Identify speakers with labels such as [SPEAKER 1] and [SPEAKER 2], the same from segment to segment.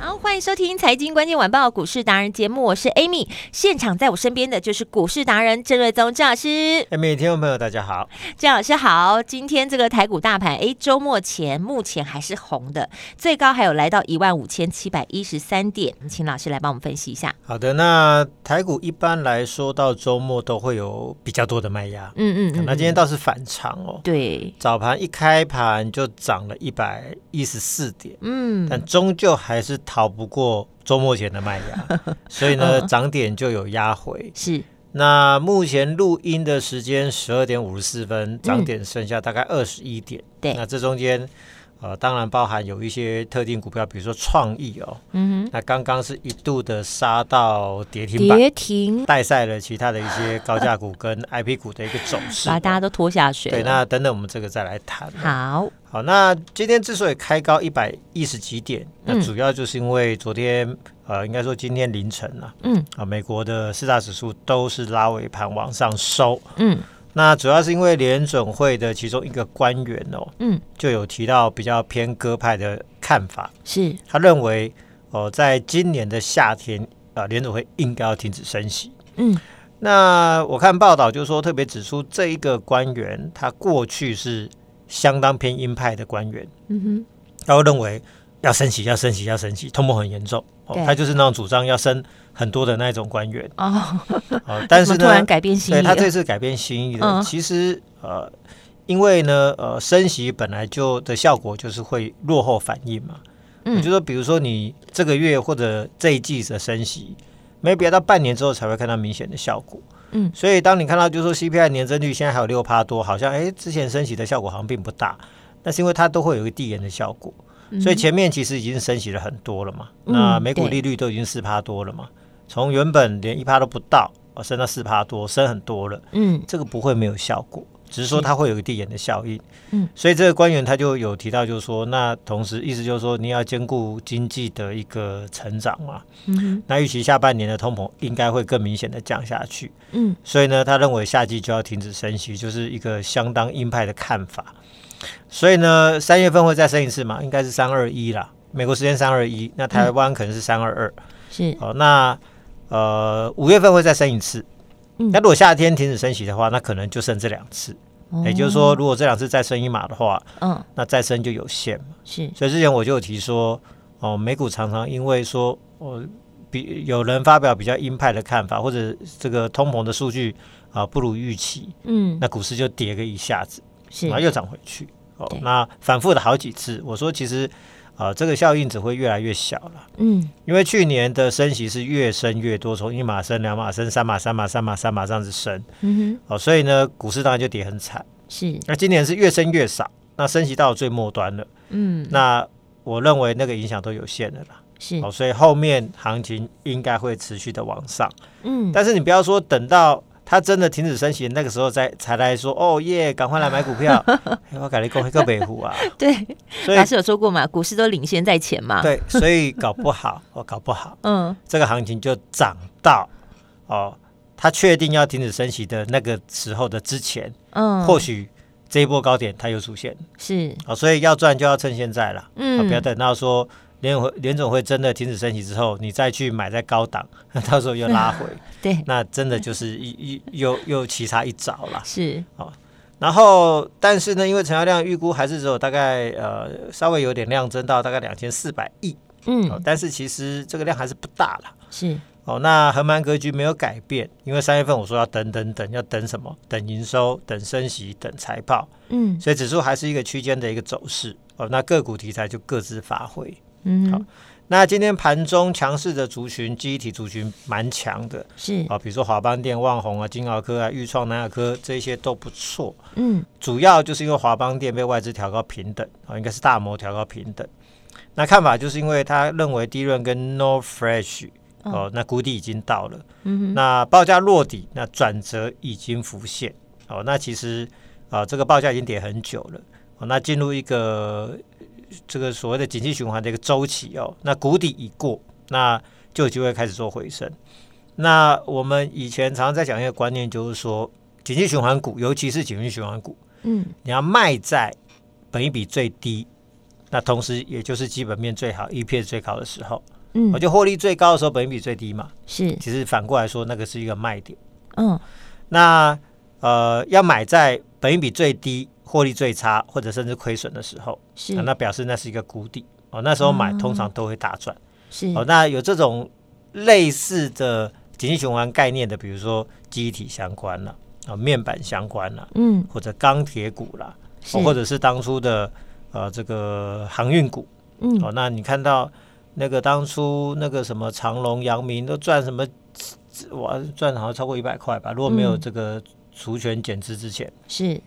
[SPEAKER 1] 好，欢迎收听《财经关键晚报》股市达人节目，我是 Amy。现场在我身边的就是股市达人郑瑞宗郑老师，
[SPEAKER 2] 哎，每位听众朋友，大家好。
[SPEAKER 1] 郑老师好。今天这个台股大盘，哎，周末前目前还是红的，最高还有来到一万五千七百一十三点，请老师来帮我们分析一下。
[SPEAKER 2] 好的，那台股一般来说到周末都会有比较多的卖压，
[SPEAKER 1] 嗯嗯嗯，
[SPEAKER 2] 那今天倒是反常哦。
[SPEAKER 1] 对，
[SPEAKER 2] 早盘一开盘就涨了一百一十四点，
[SPEAKER 1] 嗯，
[SPEAKER 2] 但终究还是逃不过周末前的卖
[SPEAKER 1] 嗯
[SPEAKER 2] 压，所以 呢，涨点就有压回。
[SPEAKER 1] 是
[SPEAKER 2] 那目前录音的时间十二点五十四分，涨点剩下大概二十一点。
[SPEAKER 1] 嗯对
[SPEAKER 2] 那这中间呃，当然包含有一些特定股票，比如说创意哦，
[SPEAKER 1] 嗯
[SPEAKER 2] 那刚刚是一度的杀到跌停板，
[SPEAKER 1] 跌停，
[SPEAKER 2] 带赛了其他的一些高价股跟 IP 股的一个走势。
[SPEAKER 1] 把大家都拖下水
[SPEAKER 2] 对，
[SPEAKER 1] 了。
[SPEAKER 2] 那等等我们这个再来谈。哦
[SPEAKER 1] 好，
[SPEAKER 2] 好，那今天之所以开高一百一十几点，那
[SPEAKER 1] 嗯
[SPEAKER 2] 主要就是因为昨天，呃，应该说今天凌晨啊，
[SPEAKER 1] 嗯
[SPEAKER 2] 啊，美国的四大指数都是拉尾盘往上收。
[SPEAKER 1] 嗯
[SPEAKER 2] 那主要是因为联准会的其中一个官员哦，
[SPEAKER 1] 嗯，
[SPEAKER 2] 就有提到比较偏鸽派的看法，
[SPEAKER 1] 是，
[SPEAKER 2] 他认为哦、在今年的夏天，啊，联准会应该要停止升息。
[SPEAKER 1] 嗯
[SPEAKER 2] 那我看报道就说，特别指出这一个官员，他过去是相当偏鹰派的官员，
[SPEAKER 1] 嗯哼，
[SPEAKER 2] 他会认为要升息，要升息，要升息，通膨很严重。哦
[SPEAKER 1] 对，
[SPEAKER 2] 他就是那种主张要升很多的那种官员
[SPEAKER 1] 哦，
[SPEAKER 2] 哦，但是
[SPEAKER 1] 怎么突
[SPEAKER 2] 呢
[SPEAKER 1] 然，改变心意
[SPEAKER 2] 对他
[SPEAKER 1] 了，
[SPEAKER 2] 这次改变心意了。
[SPEAKER 1] 嗯
[SPEAKER 2] 其实呃，因为呢，呃，升息本来就的效果就是会落后反应嘛。
[SPEAKER 1] 嗯
[SPEAKER 2] 我就说，比如说你这个月或者这一季的升息，maybe 要到半年之后才会看到明显的效果。
[SPEAKER 1] 嗯
[SPEAKER 2] 所以当你看到就是说 CPI 年增率现在还有六趴多，好像哎之前升息的效果好像并不大，那是因为它都会有一个递延的效果，所以前面其实已经升息了很多了嘛，
[SPEAKER 1] 嗯
[SPEAKER 2] 那美股
[SPEAKER 1] 对
[SPEAKER 2] 利率都已经四趴多了嘛，从原本连一趴都不到，哦升到四趴多，升很多了，
[SPEAKER 1] 嗯
[SPEAKER 2] 这个不会没有效果，只是说它会有一个递延的效应。
[SPEAKER 1] 嗯，
[SPEAKER 2] 所以这个官员他就有提到，就是说，那同时意思就是说，你要兼顾经济的一个成长嘛，
[SPEAKER 1] 嗯哼
[SPEAKER 2] 那预期下半年的通膨应该会更明显的降下去。
[SPEAKER 1] 嗯
[SPEAKER 2] 所以呢，他认为夏季就要停止升息，就是一个相当鹰派的看法。所以呢，三月份会再升一次嘛？应该是三二一啦，美国时间三二一，那台湾可能是三二二。
[SPEAKER 1] 是，
[SPEAKER 2] 哦，那呃，五月份会再升一次。
[SPEAKER 1] 嗯
[SPEAKER 2] 那如果夏天停止升息的话，那可能就剩这两次。也就是说，如果这两次再升一码的话，
[SPEAKER 1] 哦嗯
[SPEAKER 2] 那再升就有限嘛。
[SPEAKER 1] 是，
[SPEAKER 2] 所以之前我就有提说，哦，美股常常因为说，哦，比有人发表比较鹰派的看法，或者这个通膨的数据啊、不如预期，
[SPEAKER 1] 嗯
[SPEAKER 2] 那股市就跌个一下子，
[SPEAKER 1] 是
[SPEAKER 2] 然后又涨回去。哦
[SPEAKER 1] 对，
[SPEAKER 2] 那反复了好几次。我说其实啊、这个效应只会越来越小了。
[SPEAKER 1] 嗯
[SPEAKER 2] 因为去年的升息是越升越多，从一码升、两码升、三码、三码、三码、三码这样子升，
[SPEAKER 1] 嗯
[SPEAKER 2] 哦，所以呢，股市当然就跌很惨。
[SPEAKER 1] 哼是，
[SPEAKER 2] 那今年是越升越少，那升息到最末端了，
[SPEAKER 1] 嗯
[SPEAKER 2] 那我认为那个影响都有限的啦。
[SPEAKER 1] 是
[SPEAKER 2] 哦，所以后面行情应该会持续的往上，
[SPEAKER 1] 嗯
[SPEAKER 2] 但是你不要说等到。它真的停止升息，那个时候再才来说哦耶，赶快来买股 票。哎我跟你讲，一个北湖啊，
[SPEAKER 1] 对，
[SPEAKER 2] 所以
[SPEAKER 1] 老师有说过嘛，股市都领先在前嘛，，
[SPEAKER 2] 对，所以搞不好，哦，搞不好，
[SPEAKER 1] 嗯
[SPEAKER 2] 这个行情就涨到哦，它确定要停止升息的那个时候的之前，
[SPEAKER 1] 嗯，
[SPEAKER 2] 或许这一波高点它又出现
[SPEAKER 1] 是，
[SPEAKER 2] 哦，所以要赚就要趁现在了，啊
[SPEAKER 1] 嗯
[SPEAKER 2] 不要等到说联会联总会真的停止升息之后，你再去买在高档， 到时候 又拉回，
[SPEAKER 1] 对，
[SPEAKER 2] 那真的就是一一又又棋差一着了。
[SPEAKER 1] 是，
[SPEAKER 2] 然后，但是呢，因为成交量预估还是只有大概呃稍微有点量增到大概两千四百亿，哦
[SPEAKER 1] 嗯，
[SPEAKER 2] 但是其实这个量还是不大啦。
[SPEAKER 1] 是，
[SPEAKER 2] 哦，那横盘格局没有改变，因为三月份我说要等等等，要等什么？等营收、等升息、等财报，
[SPEAKER 1] 嗯
[SPEAKER 2] 所以指数还是一个区间的一个走势。哦，那个股题材就各自发挥。
[SPEAKER 1] 嗯
[SPEAKER 2] 好
[SPEAKER 1] 哼
[SPEAKER 2] 那今天盘中强势的族群，记忆体族群蛮强的
[SPEAKER 1] 是，
[SPEAKER 2] 啊，比如说华邦电、旺宏啊、金豪科啊、裕创、南亚科这些都不错。
[SPEAKER 1] 嗯，
[SPEAKER 2] 主要就是因为华邦电被外资调高平等啊，应该是大摩调高平等。那看法就是因为他认为低润跟 No Fresh 哦，那谷底已经到了，嗯、那报价落底，那转折已经浮现哦。那其实啊、这个报价已经跌很久了，哦，那进入一个这个所谓的景气循环的一个周期哦，那谷底已过，那就有机会开始做回升。那我们以前常常在讲一个观念，就是说景气循环股，尤其是景气循环股，
[SPEAKER 1] 嗯，
[SPEAKER 2] 你要卖在本益比最低，那同时也就是基本面最好、EPS 最高的时候，
[SPEAKER 1] 嗯
[SPEAKER 2] 我，就获利最高的时候，本益比最低嘛。
[SPEAKER 1] 是，
[SPEAKER 2] 其实反过来说，那个是一个卖点。
[SPEAKER 1] 嗯，
[SPEAKER 2] 那呃，要买在本益比最低、获利最差，或者甚至亏损的时候，
[SPEAKER 1] 是嗯
[SPEAKER 2] 啊，那表示那是一个谷底哦。那时候买通常都会大赚、
[SPEAKER 1] 是，
[SPEAKER 2] 哦。那有这种类似的景气循环概念的，比如说机体相关了啊、面板相关了、
[SPEAKER 1] 嗯，
[SPEAKER 2] 或者钢铁股啦，
[SPEAKER 1] 是
[SPEAKER 2] 哦、，或者是当初的呃这个航运股
[SPEAKER 1] 嗯，
[SPEAKER 2] 哦，那你看到那个当初那个什么长隆、阳明都赚什么，哇，赚好像超过一百块吧，如果没有
[SPEAKER 1] 嗯
[SPEAKER 2] 这个除权减资之前，
[SPEAKER 1] 是，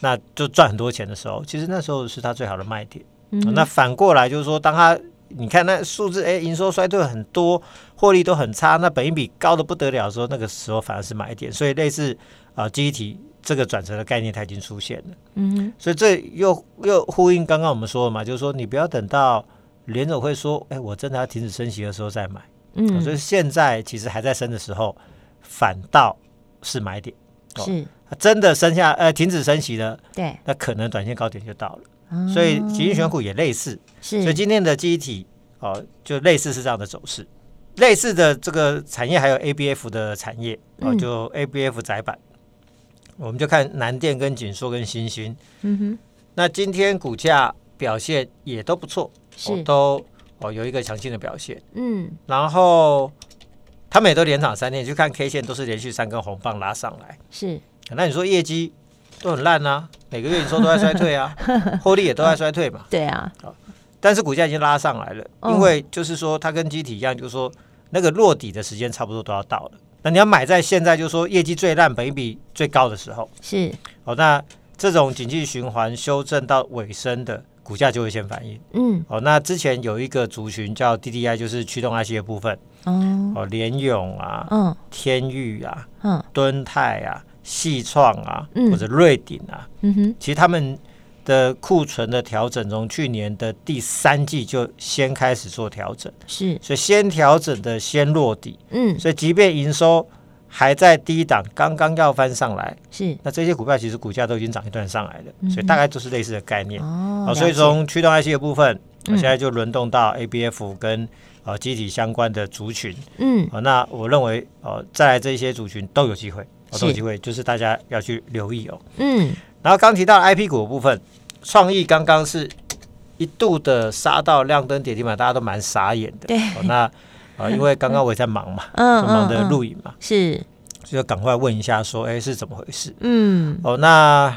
[SPEAKER 2] 那就赚很多钱的时候，其实那时候是它最好的卖点。
[SPEAKER 1] 嗯
[SPEAKER 2] 哦那反过来就是说，当它你看那数字，哎，营收衰退很多，获利都很差，那本益比高的不得了的时候，那个时候反而是买点，所以类似啊、呃、记忆体这个转折的概念它已经出现了。
[SPEAKER 1] 嗯哼，
[SPEAKER 2] 所以这又又呼应刚刚我们说的嘛，就是说你不要等到联总会说，哎，我真的要停止升息的时候再买。啊
[SPEAKER 1] 嗯，
[SPEAKER 2] 所以现在其实还在升的时候，反倒是买点。哦
[SPEAKER 1] 是，
[SPEAKER 2] 真的升下呃停止升息了，
[SPEAKER 1] 对，
[SPEAKER 2] 那可能短线高点就到了。
[SPEAKER 1] 啊
[SPEAKER 2] 所以基金选股也类似，所以
[SPEAKER 1] 是，
[SPEAKER 2] 今天的基体哦，就类似是这样的走势。类似的这个产业还有 ABF 的产业哦，
[SPEAKER 1] 嗯
[SPEAKER 2] 就 ABF 窄板，我们就看南电跟锦硕跟新兴。
[SPEAKER 1] 嗯哼，
[SPEAKER 2] 那今天股价表现也都不错，哦、
[SPEAKER 1] 是，
[SPEAKER 2] 都哦有一个强劲的表现。
[SPEAKER 1] 嗯，
[SPEAKER 2] 然后他们也都连涨三天，去看 K 线都是连续三根红棒拉上来。
[SPEAKER 1] 是，
[SPEAKER 2] 那你说业绩都很烂啊，每个月营收都在衰退 啊，获利也都在衰退嘛。
[SPEAKER 1] 对啊，
[SPEAKER 2] 但是股价已经拉上来了，
[SPEAKER 1] 嗯
[SPEAKER 2] 因为就是说它跟机体一样，就是说那个落底的时间差不多都要到了。那你要买在现在，就是说业绩最烂、本益比最高的时候。
[SPEAKER 1] 是，
[SPEAKER 2] 哦，那这种景气循环修正到尾声的股价就会先反应。
[SPEAKER 1] 嗯，
[SPEAKER 2] 哦，那之前有一个族群叫 DDI，就是驱动 IC 的部分，
[SPEAKER 1] 哦，
[SPEAKER 2] 哦，联咏啊、
[SPEAKER 1] 嗯，
[SPEAKER 2] 天域啊、
[SPEAKER 1] 嗯，
[SPEAKER 2] 敦泰啊、系创啊，
[SPEAKER 1] 嗯
[SPEAKER 2] 或者瑞鼎啊，
[SPEAKER 1] 嗯哼，
[SPEAKER 2] 其实他们的库存的调整从去年的第三季就先开始做调整，
[SPEAKER 1] 是，
[SPEAKER 2] 所以先调整的先落底，
[SPEAKER 1] 嗯，
[SPEAKER 2] 所以即便营收还在低档，刚刚要翻上来，
[SPEAKER 1] 是，
[SPEAKER 2] 那这些股票其实股价都已经涨一段上来了，所以
[SPEAKER 1] 嗯
[SPEAKER 2] 大概都是类似的概念。
[SPEAKER 1] 哦
[SPEAKER 2] 好、，所以
[SPEAKER 1] 了解，
[SPEAKER 2] 从驱动 IC 的部分，我
[SPEAKER 1] 嗯
[SPEAKER 2] 现在就轮动到 ABF 跟呃集体相关的族群。
[SPEAKER 1] 嗯，
[SPEAKER 2] 好、那我认为呃，再来这一些族群都有机会，哦都有
[SPEAKER 1] 是
[SPEAKER 2] 机会，就是大家要去留意哦。
[SPEAKER 1] 嗯，
[SPEAKER 2] 然后刚提到的 IP 股的部分，创意刚刚是一度的杀到亮灯跌停板，大家都蛮傻眼的。
[SPEAKER 1] 对
[SPEAKER 2] 哦、那呃，因为刚刚我也在忙嘛，
[SPEAKER 1] 嗯
[SPEAKER 2] 就忙着
[SPEAKER 1] 嗯嗯
[SPEAKER 2] 录影嘛，
[SPEAKER 1] 是，
[SPEAKER 2] 所以就赶快问一下说，哎，是怎么回事？
[SPEAKER 1] 嗯，
[SPEAKER 2] 哦，那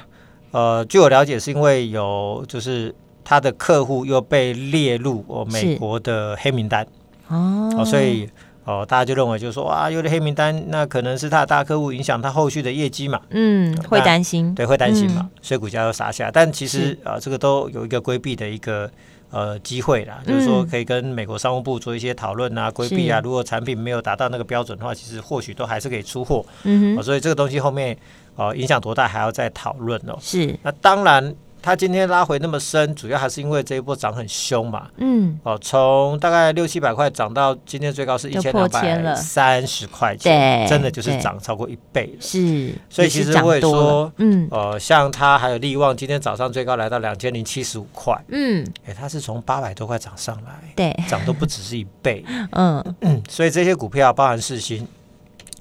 [SPEAKER 2] 呃，据我了解，是因为有就是他的客户又被列入哦美
[SPEAKER 1] 是
[SPEAKER 2] 国的黑名单
[SPEAKER 1] 哦
[SPEAKER 2] 哦，所，以哦大家就认为就是说哇，有了黑名单，那可能是他的大客户影响他后续的业绩嘛，
[SPEAKER 1] 嗯，会
[SPEAKER 2] 那
[SPEAKER 1] 担心，
[SPEAKER 2] 对，会担心
[SPEAKER 1] 嗯
[SPEAKER 2] 嘛，所以股价又杀下。但其实啊、呃这个都有一个规避的一个。呃，机会啦，就是说
[SPEAKER 1] 嗯
[SPEAKER 2] 可以跟美国商务部做一些讨论啊，规避啊。
[SPEAKER 1] 是
[SPEAKER 2] 如果产品没有达到那个标准的话，其实或许都还是可以出货、
[SPEAKER 1] 嗯
[SPEAKER 2] 哦。
[SPEAKER 1] 哼，
[SPEAKER 2] 所以这个东西后面呃影响多大还要再讨论哦。
[SPEAKER 1] 是，
[SPEAKER 2] 那当然，它今天拉回那么深，主要还是因为这一波涨很凶嘛。
[SPEAKER 1] 嗯，
[SPEAKER 2] 哦，从大概六七百块涨到今天最高是一
[SPEAKER 1] 就
[SPEAKER 2] 千
[SPEAKER 1] 破
[SPEAKER 2] 两
[SPEAKER 1] 千
[SPEAKER 2] 百
[SPEAKER 1] 了
[SPEAKER 2] 三十块钱，
[SPEAKER 1] 对
[SPEAKER 2] 真的就是
[SPEAKER 1] 对
[SPEAKER 2] 涨超过一倍了。
[SPEAKER 1] 是，
[SPEAKER 2] 所以
[SPEAKER 1] 也是
[SPEAKER 2] 其实
[SPEAKER 1] 涨
[SPEAKER 2] 我也
[SPEAKER 1] 多了
[SPEAKER 2] 说
[SPEAKER 1] 嗯
[SPEAKER 2] 呃，像它还有利旺，今天早上最高来到两千零七十五块，
[SPEAKER 1] 嗯，
[SPEAKER 2] 哎，它是从八百多块涨上来，
[SPEAKER 1] 对，
[SPEAKER 2] 涨都不只是一 倍。
[SPEAKER 1] 嗯
[SPEAKER 2] 嗯所以这些股票，包含世新，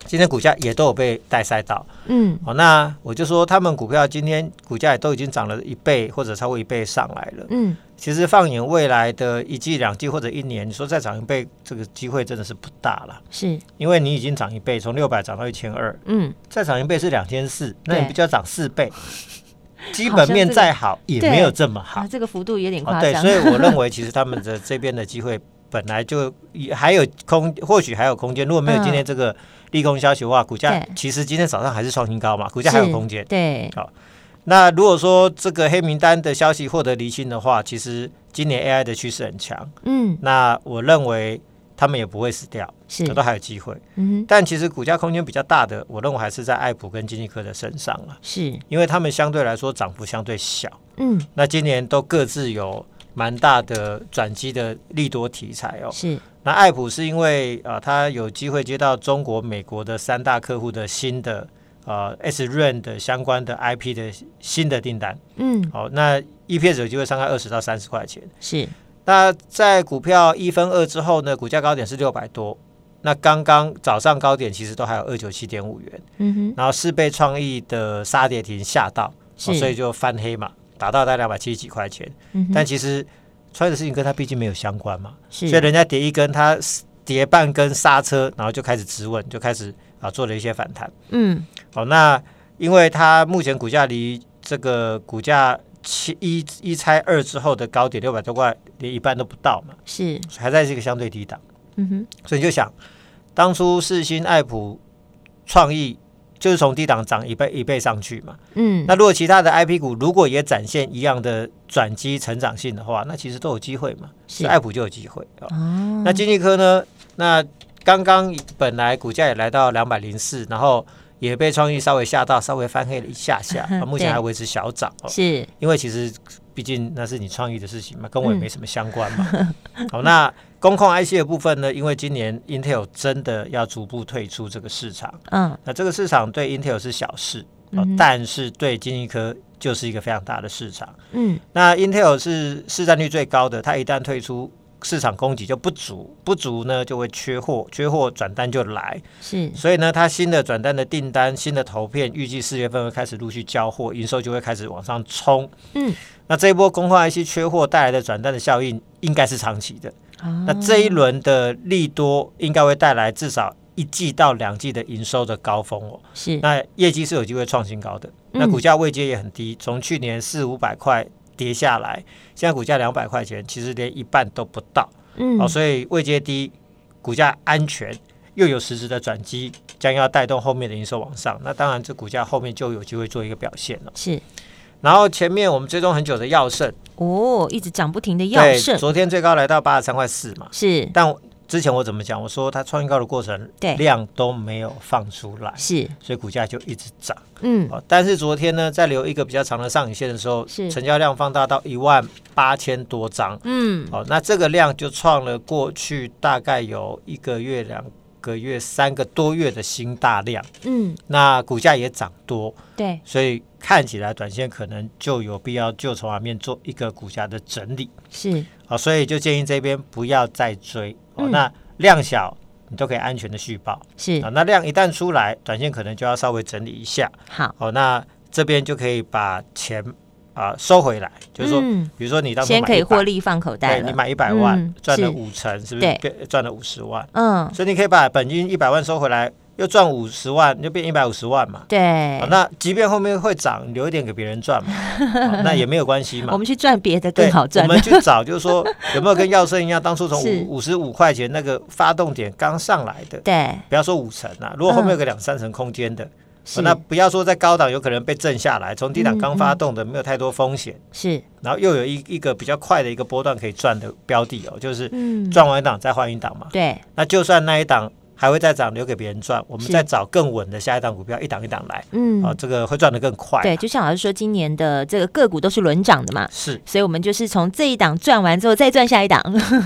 [SPEAKER 2] 今天股价也都有被带塞到。
[SPEAKER 1] 嗯，
[SPEAKER 2] 哦，那我就说他们股票今天股价也都已经涨了一倍或者超过一倍上来了。
[SPEAKER 1] 嗯，
[SPEAKER 2] 其实放眼未来的一季、两季或者一年，你说再涨一倍，这个机会真的是不大了，
[SPEAKER 1] 是，
[SPEAKER 2] 因为你已经涨一倍，从六百涨到一千二，
[SPEAKER 1] 嗯，
[SPEAKER 2] 再涨一倍是两千四，那你
[SPEAKER 1] 对
[SPEAKER 2] 不就要涨四 倍？基
[SPEAKER 1] 好
[SPEAKER 2] 本
[SPEAKER 1] 像
[SPEAKER 2] 面
[SPEAKER 1] 这个
[SPEAKER 2] 再好，也没有这么好
[SPEAKER 1] 啊，。这个幅度有点
[SPEAKER 2] 哦，
[SPEAKER 1] 夸
[SPEAKER 2] 对，
[SPEAKER 1] 张，
[SPEAKER 2] 所以我认为其实他们的这边的机会本来就也还有空，或许还有空间。如果没有今天这个利空消息的话，股价
[SPEAKER 1] 嗯对
[SPEAKER 2] 其实今天早上还是创新高嘛，股价还有
[SPEAKER 1] 是
[SPEAKER 2] 空间。
[SPEAKER 1] 对，
[SPEAKER 2] 那如果说这个黑名单的消息获得厘清的话，其实今年 AI 的趋势很强，
[SPEAKER 1] 嗯，
[SPEAKER 2] 那我认为他们也不会死掉，
[SPEAKER 1] 是，
[SPEAKER 2] 都还有机会。
[SPEAKER 1] 嗯哼，
[SPEAKER 2] 但其实股价空间比较大的，我认为还是在爱普跟经济科的身上了，
[SPEAKER 1] 是，
[SPEAKER 2] 因为他们相对来说涨幅相对小。
[SPEAKER 1] 嗯，
[SPEAKER 2] 那今年都各自有蛮大的转机的利多题材哦。
[SPEAKER 1] 是，
[SPEAKER 2] 那爱普是因为呃，它有机会接到中国、美国的三大客户的新的呃 S r a n 的相关的 IP 的新的订单，
[SPEAKER 1] 嗯，
[SPEAKER 2] 好、那 EPS 有机会上看二十到三十块钱。
[SPEAKER 1] 是，
[SPEAKER 2] 那在股票一分二之后呢，股价高点是六百多，那刚刚早上高点其实都还有二九七点五元，
[SPEAKER 1] 嗯哼，
[SPEAKER 2] 然后是被创意的杀跌停吓到，哦
[SPEAKER 1] 是
[SPEAKER 2] 所以就翻黑嘛，打到大概两百七十几块钱。
[SPEAKER 1] 嗯
[SPEAKER 2] 但
[SPEAKER 1] 哼，
[SPEAKER 2] 其实穿的事情跟它毕竟没有相关嘛，
[SPEAKER 1] 是，
[SPEAKER 2] 所以人家跌一根，它跌半根刹车，然后就开始止稳，就开始啊做了一些反弹。
[SPEAKER 1] 嗯，
[SPEAKER 2] 好、那因为它目前股价离这个股价七一一拆二之后的高点六百多块，连一半都不到嘛，
[SPEAKER 1] 是，
[SPEAKER 2] 所以还在这个相对低档，
[SPEAKER 1] 嗯哼，
[SPEAKER 2] 所以你就想，当初世新、爱普、创意。就是从低档涨一倍一倍上去嘛。
[SPEAKER 1] 嗯，
[SPEAKER 2] 那如果其他的 I P 股如果也展现一样的转机成长性的话，那其实都有机会嘛。
[SPEAKER 1] 是，
[SPEAKER 2] 爱普就有机会啊、
[SPEAKER 1] 哦，
[SPEAKER 2] 那经济科呢？那刚刚本来股价也来到两百零四，然后也被创意稍微吓到，稍微翻黑了一下下， 啊、目前
[SPEAKER 1] 对
[SPEAKER 2] 还维持小涨哦。
[SPEAKER 1] 是，嗯
[SPEAKER 2] 因为其实毕竟那是你创意的事情嘛，跟我也没什么相关嘛。 好，那工控 IC 的部分呢？因为今年 Intel 真的要逐步退出这个市场，
[SPEAKER 1] 嗯，
[SPEAKER 2] 那这个市场对 Intel 是小事，哦
[SPEAKER 1] 嗯哼
[SPEAKER 2] 但是对经济科就是一个非常大的市场。
[SPEAKER 1] 嗯，
[SPEAKER 2] 那 Intel 是市占率最高的，它一旦退出，市场供给就不足，不足呢就会缺货，缺货转单就来，
[SPEAKER 1] 是，
[SPEAKER 2] 所以呢，它新的转单的订单、新的投片，预计四月份会开始陆续交货，营收就会开始往上冲。
[SPEAKER 1] 嗯，
[SPEAKER 2] 那这一波工化 IC 缺货带来的转单的效应应该是长期的，
[SPEAKER 1] 哦
[SPEAKER 2] 那这一轮的利多应该会带来至少一季到两季的营收的高峰哦。
[SPEAKER 1] 是，
[SPEAKER 2] 那业绩是有机会创新高的，那
[SPEAKER 1] 嗯
[SPEAKER 2] 股价位阶也很低，从去年四五百块跌下来，现在股价两百块钱，其实连一半都不到，哦
[SPEAKER 1] 嗯
[SPEAKER 2] 好、，所以位阶低，股价安全，又有实质的转机，将要带动后面的营收往上，那当然这股价后面就有机会做一个表现了。
[SPEAKER 1] 是，
[SPEAKER 2] 然后前面我们追踪很久的药盛，
[SPEAKER 1] 哦，一直涨不停的药
[SPEAKER 2] 对，
[SPEAKER 1] 圣，
[SPEAKER 2] 昨天最高来到八十三块四嘛，
[SPEAKER 1] 是，
[SPEAKER 2] 但我之前我怎么讲？我说它创新高的过程
[SPEAKER 1] 对
[SPEAKER 2] 量都没有放出来，
[SPEAKER 1] 是，
[SPEAKER 2] 所以股价就一直涨。
[SPEAKER 1] 嗯，
[SPEAKER 2] 哦，但是昨天呢，在留一个比较长的上影线的时候，
[SPEAKER 1] 是
[SPEAKER 2] 成交量放大到一万八千多张，
[SPEAKER 1] 嗯，
[SPEAKER 2] 哦，那这个量就创了过去大概有一个月、两个月、三个多月的新大量，
[SPEAKER 1] 嗯，
[SPEAKER 2] 那股价也涨多，
[SPEAKER 1] 对，
[SPEAKER 2] 所以看起来短线可能就有必要就从外面做一个股价的整理，
[SPEAKER 1] 是，
[SPEAKER 2] 哦，所以就建议这边不要再追，哦，
[SPEAKER 1] 嗯
[SPEAKER 2] 那量小你都可以安全的续报，
[SPEAKER 1] 是
[SPEAKER 2] 啊、，那量一旦出来，短线可能就要稍微整理一下。
[SPEAKER 1] 好，
[SPEAKER 2] 哦，那这边就可以把钱啊、收回来，就是说，
[SPEAKER 1] 嗯
[SPEAKER 2] 比如说你当初
[SPEAKER 1] 先
[SPEAKER 2] 买
[SPEAKER 1] 可以
[SPEAKER 2] 100
[SPEAKER 1] 获，利放口袋
[SPEAKER 2] 对，
[SPEAKER 1] 了，
[SPEAKER 2] 你买一百万
[SPEAKER 1] 嗯
[SPEAKER 2] 赚了
[SPEAKER 1] 是
[SPEAKER 2] 五成，是不是
[SPEAKER 1] 对
[SPEAKER 2] 变赚了五十万？
[SPEAKER 1] 嗯，
[SPEAKER 2] 所以你可以把本金一百万收回来，又赚五十万，就变一百五十万嘛。
[SPEAKER 1] 对
[SPEAKER 2] 啊，，那即便后面会涨，留一点给别人 赚嘛，啊那也没有关系嘛
[SPEAKER 1] 我。们去赚别的
[SPEAKER 2] 对，
[SPEAKER 1] 更好赚
[SPEAKER 2] 我
[SPEAKER 1] 的
[SPEAKER 2] 们，去找，就是说有没有跟药生一样，当初从
[SPEAKER 1] 是
[SPEAKER 2] 五五十五块钱那个发动点刚上来的，
[SPEAKER 1] 对，
[SPEAKER 2] 不要说五成啊，如果后面有个两三成空间的，
[SPEAKER 1] 嗯
[SPEAKER 2] 哦那不要说在高档有可能被震下来，从低
[SPEAKER 1] 嗯
[SPEAKER 2] 档刚发动的没有太多风险，
[SPEAKER 1] 是，
[SPEAKER 2] 然后又有一一个比较快的一个波段可以赚的标的哦，就是
[SPEAKER 1] 嗯，
[SPEAKER 2] 赚完一档再换一档嘛。
[SPEAKER 1] 对，
[SPEAKER 2] 那就算那一档还会再涨，留给别人赚，我们
[SPEAKER 1] 是
[SPEAKER 2] 再找更稳的下一档股票，一档一档来
[SPEAKER 1] 嗯
[SPEAKER 2] 啊，，这个会赚得更快啊。
[SPEAKER 1] 对，就像老师说，今年的这个个股都是轮涨的嘛，
[SPEAKER 2] 是
[SPEAKER 1] 所以我们就是从这一档赚完之后再赚下一档，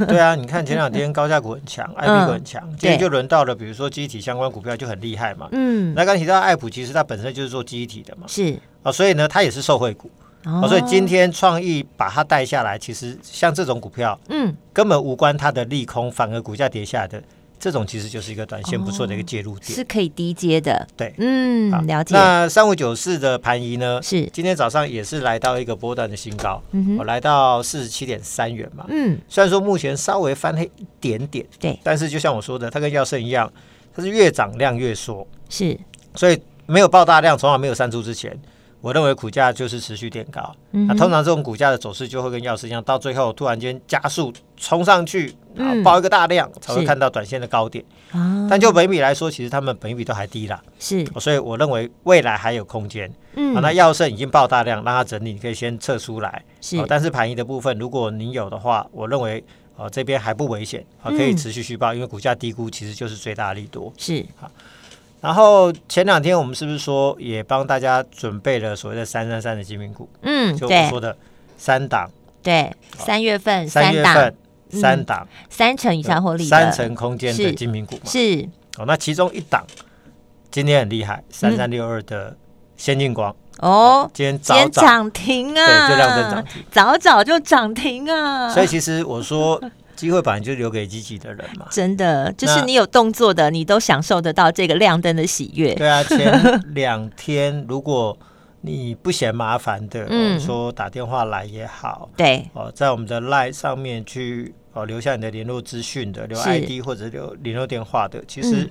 [SPEAKER 2] 对啊，你看前两天高价股很强，IP 股很强，今天
[SPEAKER 1] 嗯对
[SPEAKER 2] 就轮到了，比如说机体相关股票就很厉害嘛。
[SPEAKER 1] 嗯，
[SPEAKER 2] 那刚提到爱普，其实它本身就是做机体的嘛，
[SPEAKER 1] 是，
[SPEAKER 2] 啊，所以呢，它也是受惠股，啊，
[SPEAKER 1] 哦
[SPEAKER 2] 所以今天创意把它带下来，其实像这种股票，
[SPEAKER 1] 嗯，
[SPEAKER 2] 根本无关它的利空，反而股价跌下来的这种，其实就是一个短线不错的一个介入点。
[SPEAKER 1] 是可以低接的，
[SPEAKER 2] 对，
[SPEAKER 1] 嗯
[SPEAKER 2] 好，
[SPEAKER 1] 了解，
[SPEAKER 2] 那三五九四的盘仪呢？
[SPEAKER 1] 是，
[SPEAKER 2] 今天早上也是来到一个波段的新高，我、
[SPEAKER 1] 嗯哼
[SPEAKER 2] 来到四十七点三元嘛。
[SPEAKER 1] 嗯，
[SPEAKER 2] 虽然说目前稍微翻黑一点点，
[SPEAKER 1] 对
[SPEAKER 2] 但是就像我说的，它跟药圣一样，它是越涨量越缩，
[SPEAKER 1] 是，
[SPEAKER 2] 所以没有爆大量，从来没有删除之前，我认为股价就是持续垫高。
[SPEAKER 1] 嗯
[SPEAKER 2] 那
[SPEAKER 1] 哼
[SPEAKER 2] 通常这种股价的走势就会跟药师一样，到最后突然间加速冲上去，啊
[SPEAKER 1] 嗯，
[SPEAKER 2] 爆一个大量，才会
[SPEAKER 1] 是
[SPEAKER 2] 看到短线的高点。
[SPEAKER 1] 啊
[SPEAKER 2] 但就本益比来说，其实他们本益比都还低啦，
[SPEAKER 1] 是
[SPEAKER 2] 所以我认为未来还有空间。
[SPEAKER 1] 嗯
[SPEAKER 2] 啊，那药圣已经爆大量，让它整理，你可以先撤出来。
[SPEAKER 1] 是
[SPEAKER 2] 哦但是盘一的部分，如果你有的话，我认为哦这边还不危险，啊，可以
[SPEAKER 1] 嗯
[SPEAKER 2] 持续续报，因为股价低估其实就是最大利多。
[SPEAKER 1] 是
[SPEAKER 2] 然后前两天我们是不是说也帮大家准备了所谓的三三三的精品股？
[SPEAKER 1] 嗯
[SPEAKER 2] 就我
[SPEAKER 1] 对
[SPEAKER 2] 说的三档，
[SPEAKER 1] 对，三月份
[SPEAKER 2] 三
[SPEAKER 1] 三
[SPEAKER 2] 月
[SPEAKER 1] 档
[SPEAKER 2] 份三档
[SPEAKER 1] 三成以上获利的
[SPEAKER 2] 三成空间的
[SPEAKER 1] 是
[SPEAKER 2] 精品股嘛。
[SPEAKER 1] 是
[SPEAKER 2] 哦，那其中一档今天很厉害，三三六二的先进光，
[SPEAKER 1] 嗯哦，
[SPEAKER 2] 今天
[SPEAKER 1] 今
[SPEAKER 2] 早
[SPEAKER 1] 天
[SPEAKER 2] 涨，
[SPEAKER 1] 涨停啊，
[SPEAKER 2] 对，就亮灯涨停。
[SPEAKER 1] 早早就涨停啊，
[SPEAKER 2] 所以其实我说，机会本来就留给积极的人 嘛。
[SPEAKER 1] 真的就是
[SPEAKER 2] 那
[SPEAKER 1] 你有动作的，你都享受得到这个亮灯的喜悦。
[SPEAKER 2] 对啊，前两天如果你不嫌麻烦的，
[SPEAKER 1] 嗯
[SPEAKER 2] 嗯、说打电话来也好，
[SPEAKER 1] 对，
[SPEAKER 2] 哦，在我们的 LINE 上面去哦留下你的联络资讯的，留
[SPEAKER 1] 是嗯
[SPEAKER 2] ID 或者留联络电话的，其实、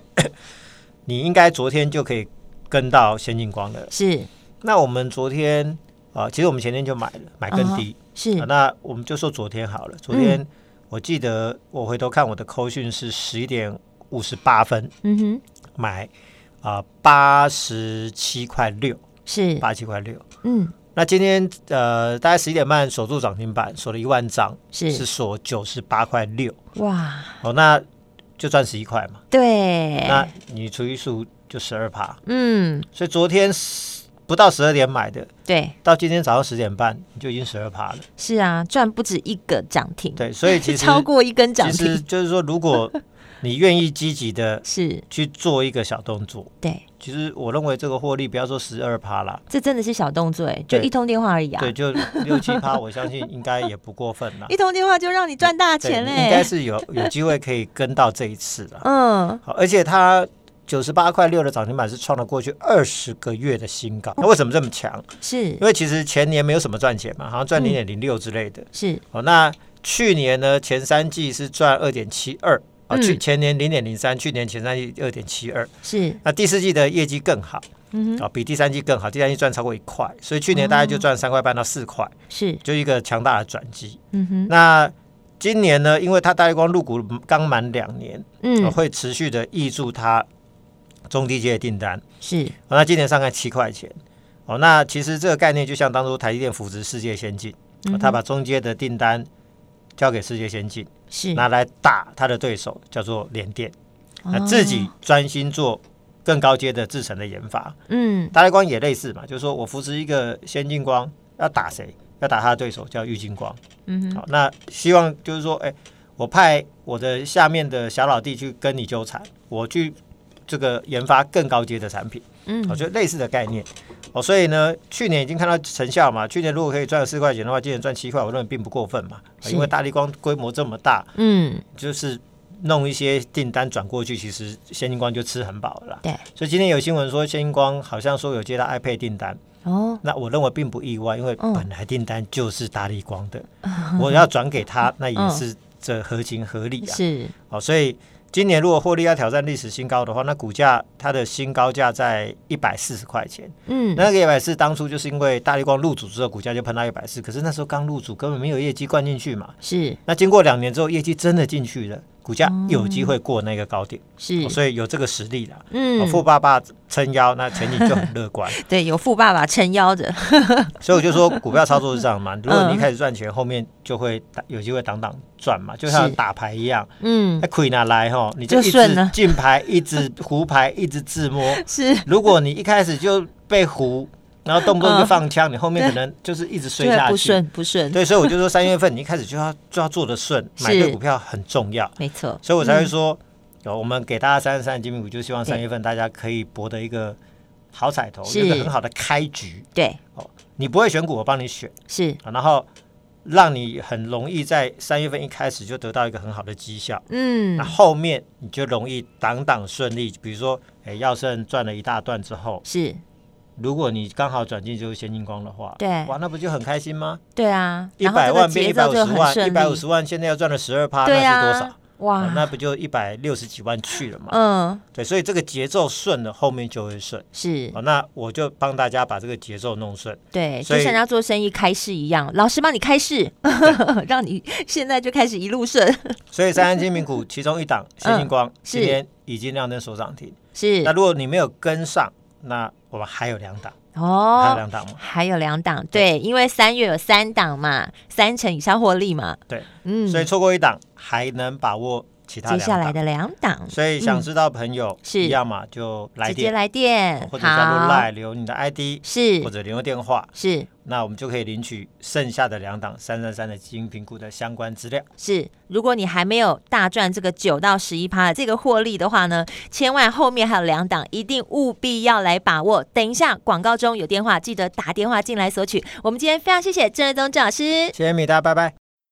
[SPEAKER 2] 你应该昨天就可以跟到先进光的。
[SPEAKER 1] 是
[SPEAKER 2] 那我们昨天啊、其实我们前天就买了，买更低。啊
[SPEAKER 1] 是，嗯
[SPEAKER 2] 那我们就说昨天好了，昨天我记得我回头看我的扣讯是十一点五十八分
[SPEAKER 1] 嗯哼，
[SPEAKER 2] 买啊八十七块六，
[SPEAKER 1] 是，
[SPEAKER 2] 八七块六。
[SPEAKER 1] 嗯，
[SPEAKER 2] 那今天呃大概十一点半锁住涨停板，锁了一万张，
[SPEAKER 1] 是
[SPEAKER 2] 是锁九十八块六
[SPEAKER 1] 哇，
[SPEAKER 2] 哦，那就赚十一块嘛。
[SPEAKER 1] 对，
[SPEAKER 2] 那你除以数就十二趴，
[SPEAKER 1] 嗯，
[SPEAKER 2] 所以昨天10不到十二点买的，
[SPEAKER 1] 对，
[SPEAKER 2] 到今天早上十点半你就已经十二趴了。
[SPEAKER 1] 是啊，赚不止一个涨停，
[SPEAKER 2] 对，所以其 实
[SPEAKER 1] 超过一根涨
[SPEAKER 2] 其实
[SPEAKER 1] 停，
[SPEAKER 2] 就是说，如果你愿意积极的
[SPEAKER 1] 是
[SPEAKER 2] 去做一个小动作，
[SPEAKER 1] 对，
[SPEAKER 2] 其实我认为这个获利不要说十二趴啦，
[SPEAKER 1] 这真的是小动作哎，就
[SPEAKER 2] 对
[SPEAKER 1] 一通电话而已啊，
[SPEAKER 2] 对，就六七趴，我相信应该也不过分啦。
[SPEAKER 1] 一通电话就让你赚大
[SPEAKER 2] 对
[SPEAKER 1] 钱
[SPEAKER 2] 你应该
[SPEAKER 1] 嘞，
[SPEAKER 2] 是有有机会可以跟到这一次啦。
[SPEAKER 1] 嗯，
[SPEAKER 2] 好，而且它九十八块六的涨停板是创了过去二十个月的新高。那为什么这么强？
[SPEAKER 1] 是
[SPEAKER 2] 因为其实前年没有什么赚钱嘛，好像赚零点零六
[SPEAKER 1] 嗯
[SPEAKER 2] 之类的。
[SPEAKER 1] 是，
[SPEAKER 2] 哦，那去年呢，前三季是赚二点七二。啊，去
[SPEAKER 1] 嗯
[SPEAKER 2] 前年零点零三，去年前三季二点七二，
[SPEAKER 1] 是，
[SPEAKER 2] 那第四季的业绩更好，
[SPEAKER 1] 嗯哼，
[SPEAKER 2] 啊，比第三季更好，第三季赚超过一块，所以去年大概就赚三块半到四块，
[SPEAKER 1] 是，
[SPEAKER 2] 就一个强大的转机。
[SPEAKER 1] 嗯哼，
[SPEAKER 2] 那今年呢，因为它大力光入股刚满两年，呃
[SPEAKER 1] 嗯，
[SPEAKER 2] 会持续的挹注它中低阶的订单。
[SPEAKER 1] 是
[SPEAKER 2] 哦那今年上看七块钱，哦，那其实这个概念就像当初台积电扶植世界先进，
[SPEAKER 1] 嗯
[SPEAKER 2] 哦它把中阶的订单交给世界先进，
[SPEAKER 1] 是，
[SPEAKER 2] 拿来打它的对手叫做联电，那
[SPEAKER 1] 嗯哦
[SPEAKER 2] 自己，专心做更高阶的制程的研发。
[SPEAKER 1] 嗯，
[SPEAKER 2] 大力光也类似嘛，就是说我扶持一个先进光，要打谁？要打他的对手叫玉金光。
[SPEAKER 1] 嗯
[SPEAKER 2] 好，那希望就是说，哎、我派我的下面的小老弟去跟你纠缠，我去这个研发更高阶的产品，我
[SPEAKER 1] 嗯，
[SPEAKER 2] 觉得类似的概念。哦，所以呢，去年已经看到成效嘛。去年如果可以赚四块钱的话，今年赚七块，我认为并不过分嘛。
[SPEAKER 1] 是
[SPEAKER 2] 因为大力光规模这么大，
[SPEAKER 1] 嗯，
[SPEAKER 2] 就是弄一些订单转过去，其实先进光就吃很饱了啦。
[SPEAKER 1] 对，
[SPEAKER 2] 所以今天有新闻说，先进光好像说有接到 iPad 订单，
[SPEAKER 1] 哦，
[SPEAKER 2] 那我认为并不意外，因为
[SPEAKER 1] 嗯
[SPEAKER 2] 本来订单就是大力光 的，我要转给他，那也是这合情合理啊。
[SPEAKER 1] 嗯是，
[SPEAKER 2] 哦，所以今年如果获利要挑战历史新高的话，那股价它的新高价在一百四十块钱。
[SPEAKER 1] 嗯，
[SPEAKER 2] 那个一百四当初就是因为大力光入主之后，股价就喷到一百四，可是那时候刚入主，根本没有业绩灌进去嘛。
[SPEAKER 1] 是
[SPEAKER 2] 那经过两年之后，业绩真的进去了，股价有机会过那个高点，
[SPEAKER 1] 是
[SPEAKER 2] 哦，所以有这个实力啦。哦
[SPEAKER 1] 嗯，
[SPEAKER 2] 富爸爸撑腰，那前景就很 乐观。
[SPEAKER 1] 对，有富爸爸撑腰着，
[SPEAKER 2] 所以我就说，股票操作是 这样嘛，如果你一开始赚钱，后面就会打有机会挡挡赚嘛，就像
[SPEAKER 1] 是
[SPEAKER 2] 打牌一样，
[SPEAKER 1] 嗯
[SPEAKER 2] 那，亏拿来哈，你就
[SPEAKER 1] 就
[SPEAKER 2] 一
[SPEAKER 1] 顺了
[SPEAKER 2] 直进牌，一直 胡牌，一直自摸。
[SPEAKER 1] 是，
[SPEAKER 2] 如果你一开始就被胡，然后动不动就
[SPEAKER 1] 嗯
[SPEAKER 2] 放枪，你后面可能就是一直衰
[SPEAKER 1] 对，
[SPEAKER 2] 下
[SPEAKER 1] 不
[SPEAKER 2] 去。
[SPEAKER 1] 顺不顺，
[SPEAKER 2] 对，所以我就说三月份你一开始就要就要做的顺，买对
[SPEAKER 1] 是
[SPEAKER 2] 股票很重要，
[SPEAKER 1] 没错，
[SPEAKER 2] 所以我才会说，
[SPEAKER 1] 嗯
[SPEAKER 2] 有我们给大家三十三的金币股，就希望三月份大家可以博得一个好彩头，
[SPEAKER 1] 是
[SPEAKER 2] 有一个很好的开局。
[SPEAKER 1] 对，
[SPEAKER 2] 你不会选股，我帮你选。
[SPEAKER 1] 是，
[SPEAKER 2] 啊，然后让你很容易在三月份一开始就得到一个很好的绩效，
[SPEAKER 1] 嗯
[SPEAKER 2] 那、，后面你就容易挡挡顺利。比如说，哎，耀盛赚了一大段之后，
[SPEAKER 1] 是，
[SPEAKER 2] 如果你刚好转进就是先进光的话，
[SPEAKER 1] 对
[SPEAKER 2] 哇，那不就很开心吗？
[SPEAKER 1] 对啊，
[SPEAKER 2] 一
[SPEAKER 1] 然后
[SPEAKER 2] 百
[SPEAKER 1] 这个
[SPEAKER 2] 万变一
[SPEAKER 1] 节
[SPEAKER 2] 百
[SPEAKER 1] 奏
[SPEAKER 2] 五十
[SPEAKER 1] 就很
[SPEAKER 2] 万，一
[SPEAKER 1] 顺
[SPEAKER 2] 百五
[SPEAKER 1] 利，
[SPEAKER 2] 十万现在要赚了十二趴，那
[SPEAKER 1] 对
[SPEAKER 2] 是多
[SPEAKER 1] 啊
[SPEAKER 2] 少？，
[SPEAKER 1] 哇，
[SPEAKER 2] 哦那不就一百六十几万去了嘛？
[SPEAKER 1] 嗯，
[SPEAKER 2] 对，所以这个节奏顺了，后面就会顺。
[SPEAKER 1] 是
[SPEAKER 2] 好，那我就帮大家把这个节奏弄顺。
[SPEAKER 1] 对，
[SPEAKER 2] 所
[SPEAKER 1] 就
[SPEAKER 2] 以
[SPEAKER 1] 像人家做生意开市一样，老师帮你开市， 让你现在就开始一路顺，
[SPEAKER 2] 所以三安金 品股其中一档新星光、
[SPEAKER 1] 嗯是
[SPEAKER 2] 今天已经亮灯所涨停。
[SPEAKER 1] 是
[SPEAKER 2] 那如果你没有跟上，那我们还有两档，还有
[SPEAKER 1] 哦。
[SPEAKER 2] 两档嘛。
[SPEAKER 1] 还有两档，对，因为三月有三档嘛，三成以上获利嘛，
[SPEAKER 2] 对，
[SPEAKER 1] 嗯，
[SPEAKER 2] 所以错过一档还能把握其他
[SPEAKER 1] 接
[SPEAKER 2] 两
[SPEAKER 1] 下来
[SPEAKER 2] 档。
[SPEAKER 1] 的两档
[SPEAKER 2] 所以想知道朋友
[SPEAKER 1] 是
[SPEAKER 2] 一样嘛，就来
[SPEAKER 1] 直接
[SPEAKER 2] 电哦
[SPEAKER 1] 来电，
[SPEAKER 2] 或者加入
[SPEAKER 1] 好
[SPEAKER 2] Line 留你的 ID
[SPEAKER 1] 是
[SPEAKER 2] 或者联络电话，
[SPEAKER 1] 是
[SPEAKER 2] 那我们就可以领取剩下的两档三三三的基金评估的相关资料。
[SPEAKER 1] 是，如果你还没有大赚这个九到十一趴的这个获利的话呢，千万后面还有两档，一定务必要来把握。等一下广告中有电话，记得打电话进来索取。我们今天非常谢谢郑瑞东郑老师。
[SPEAKER 2] 谢谢米大，拜拜。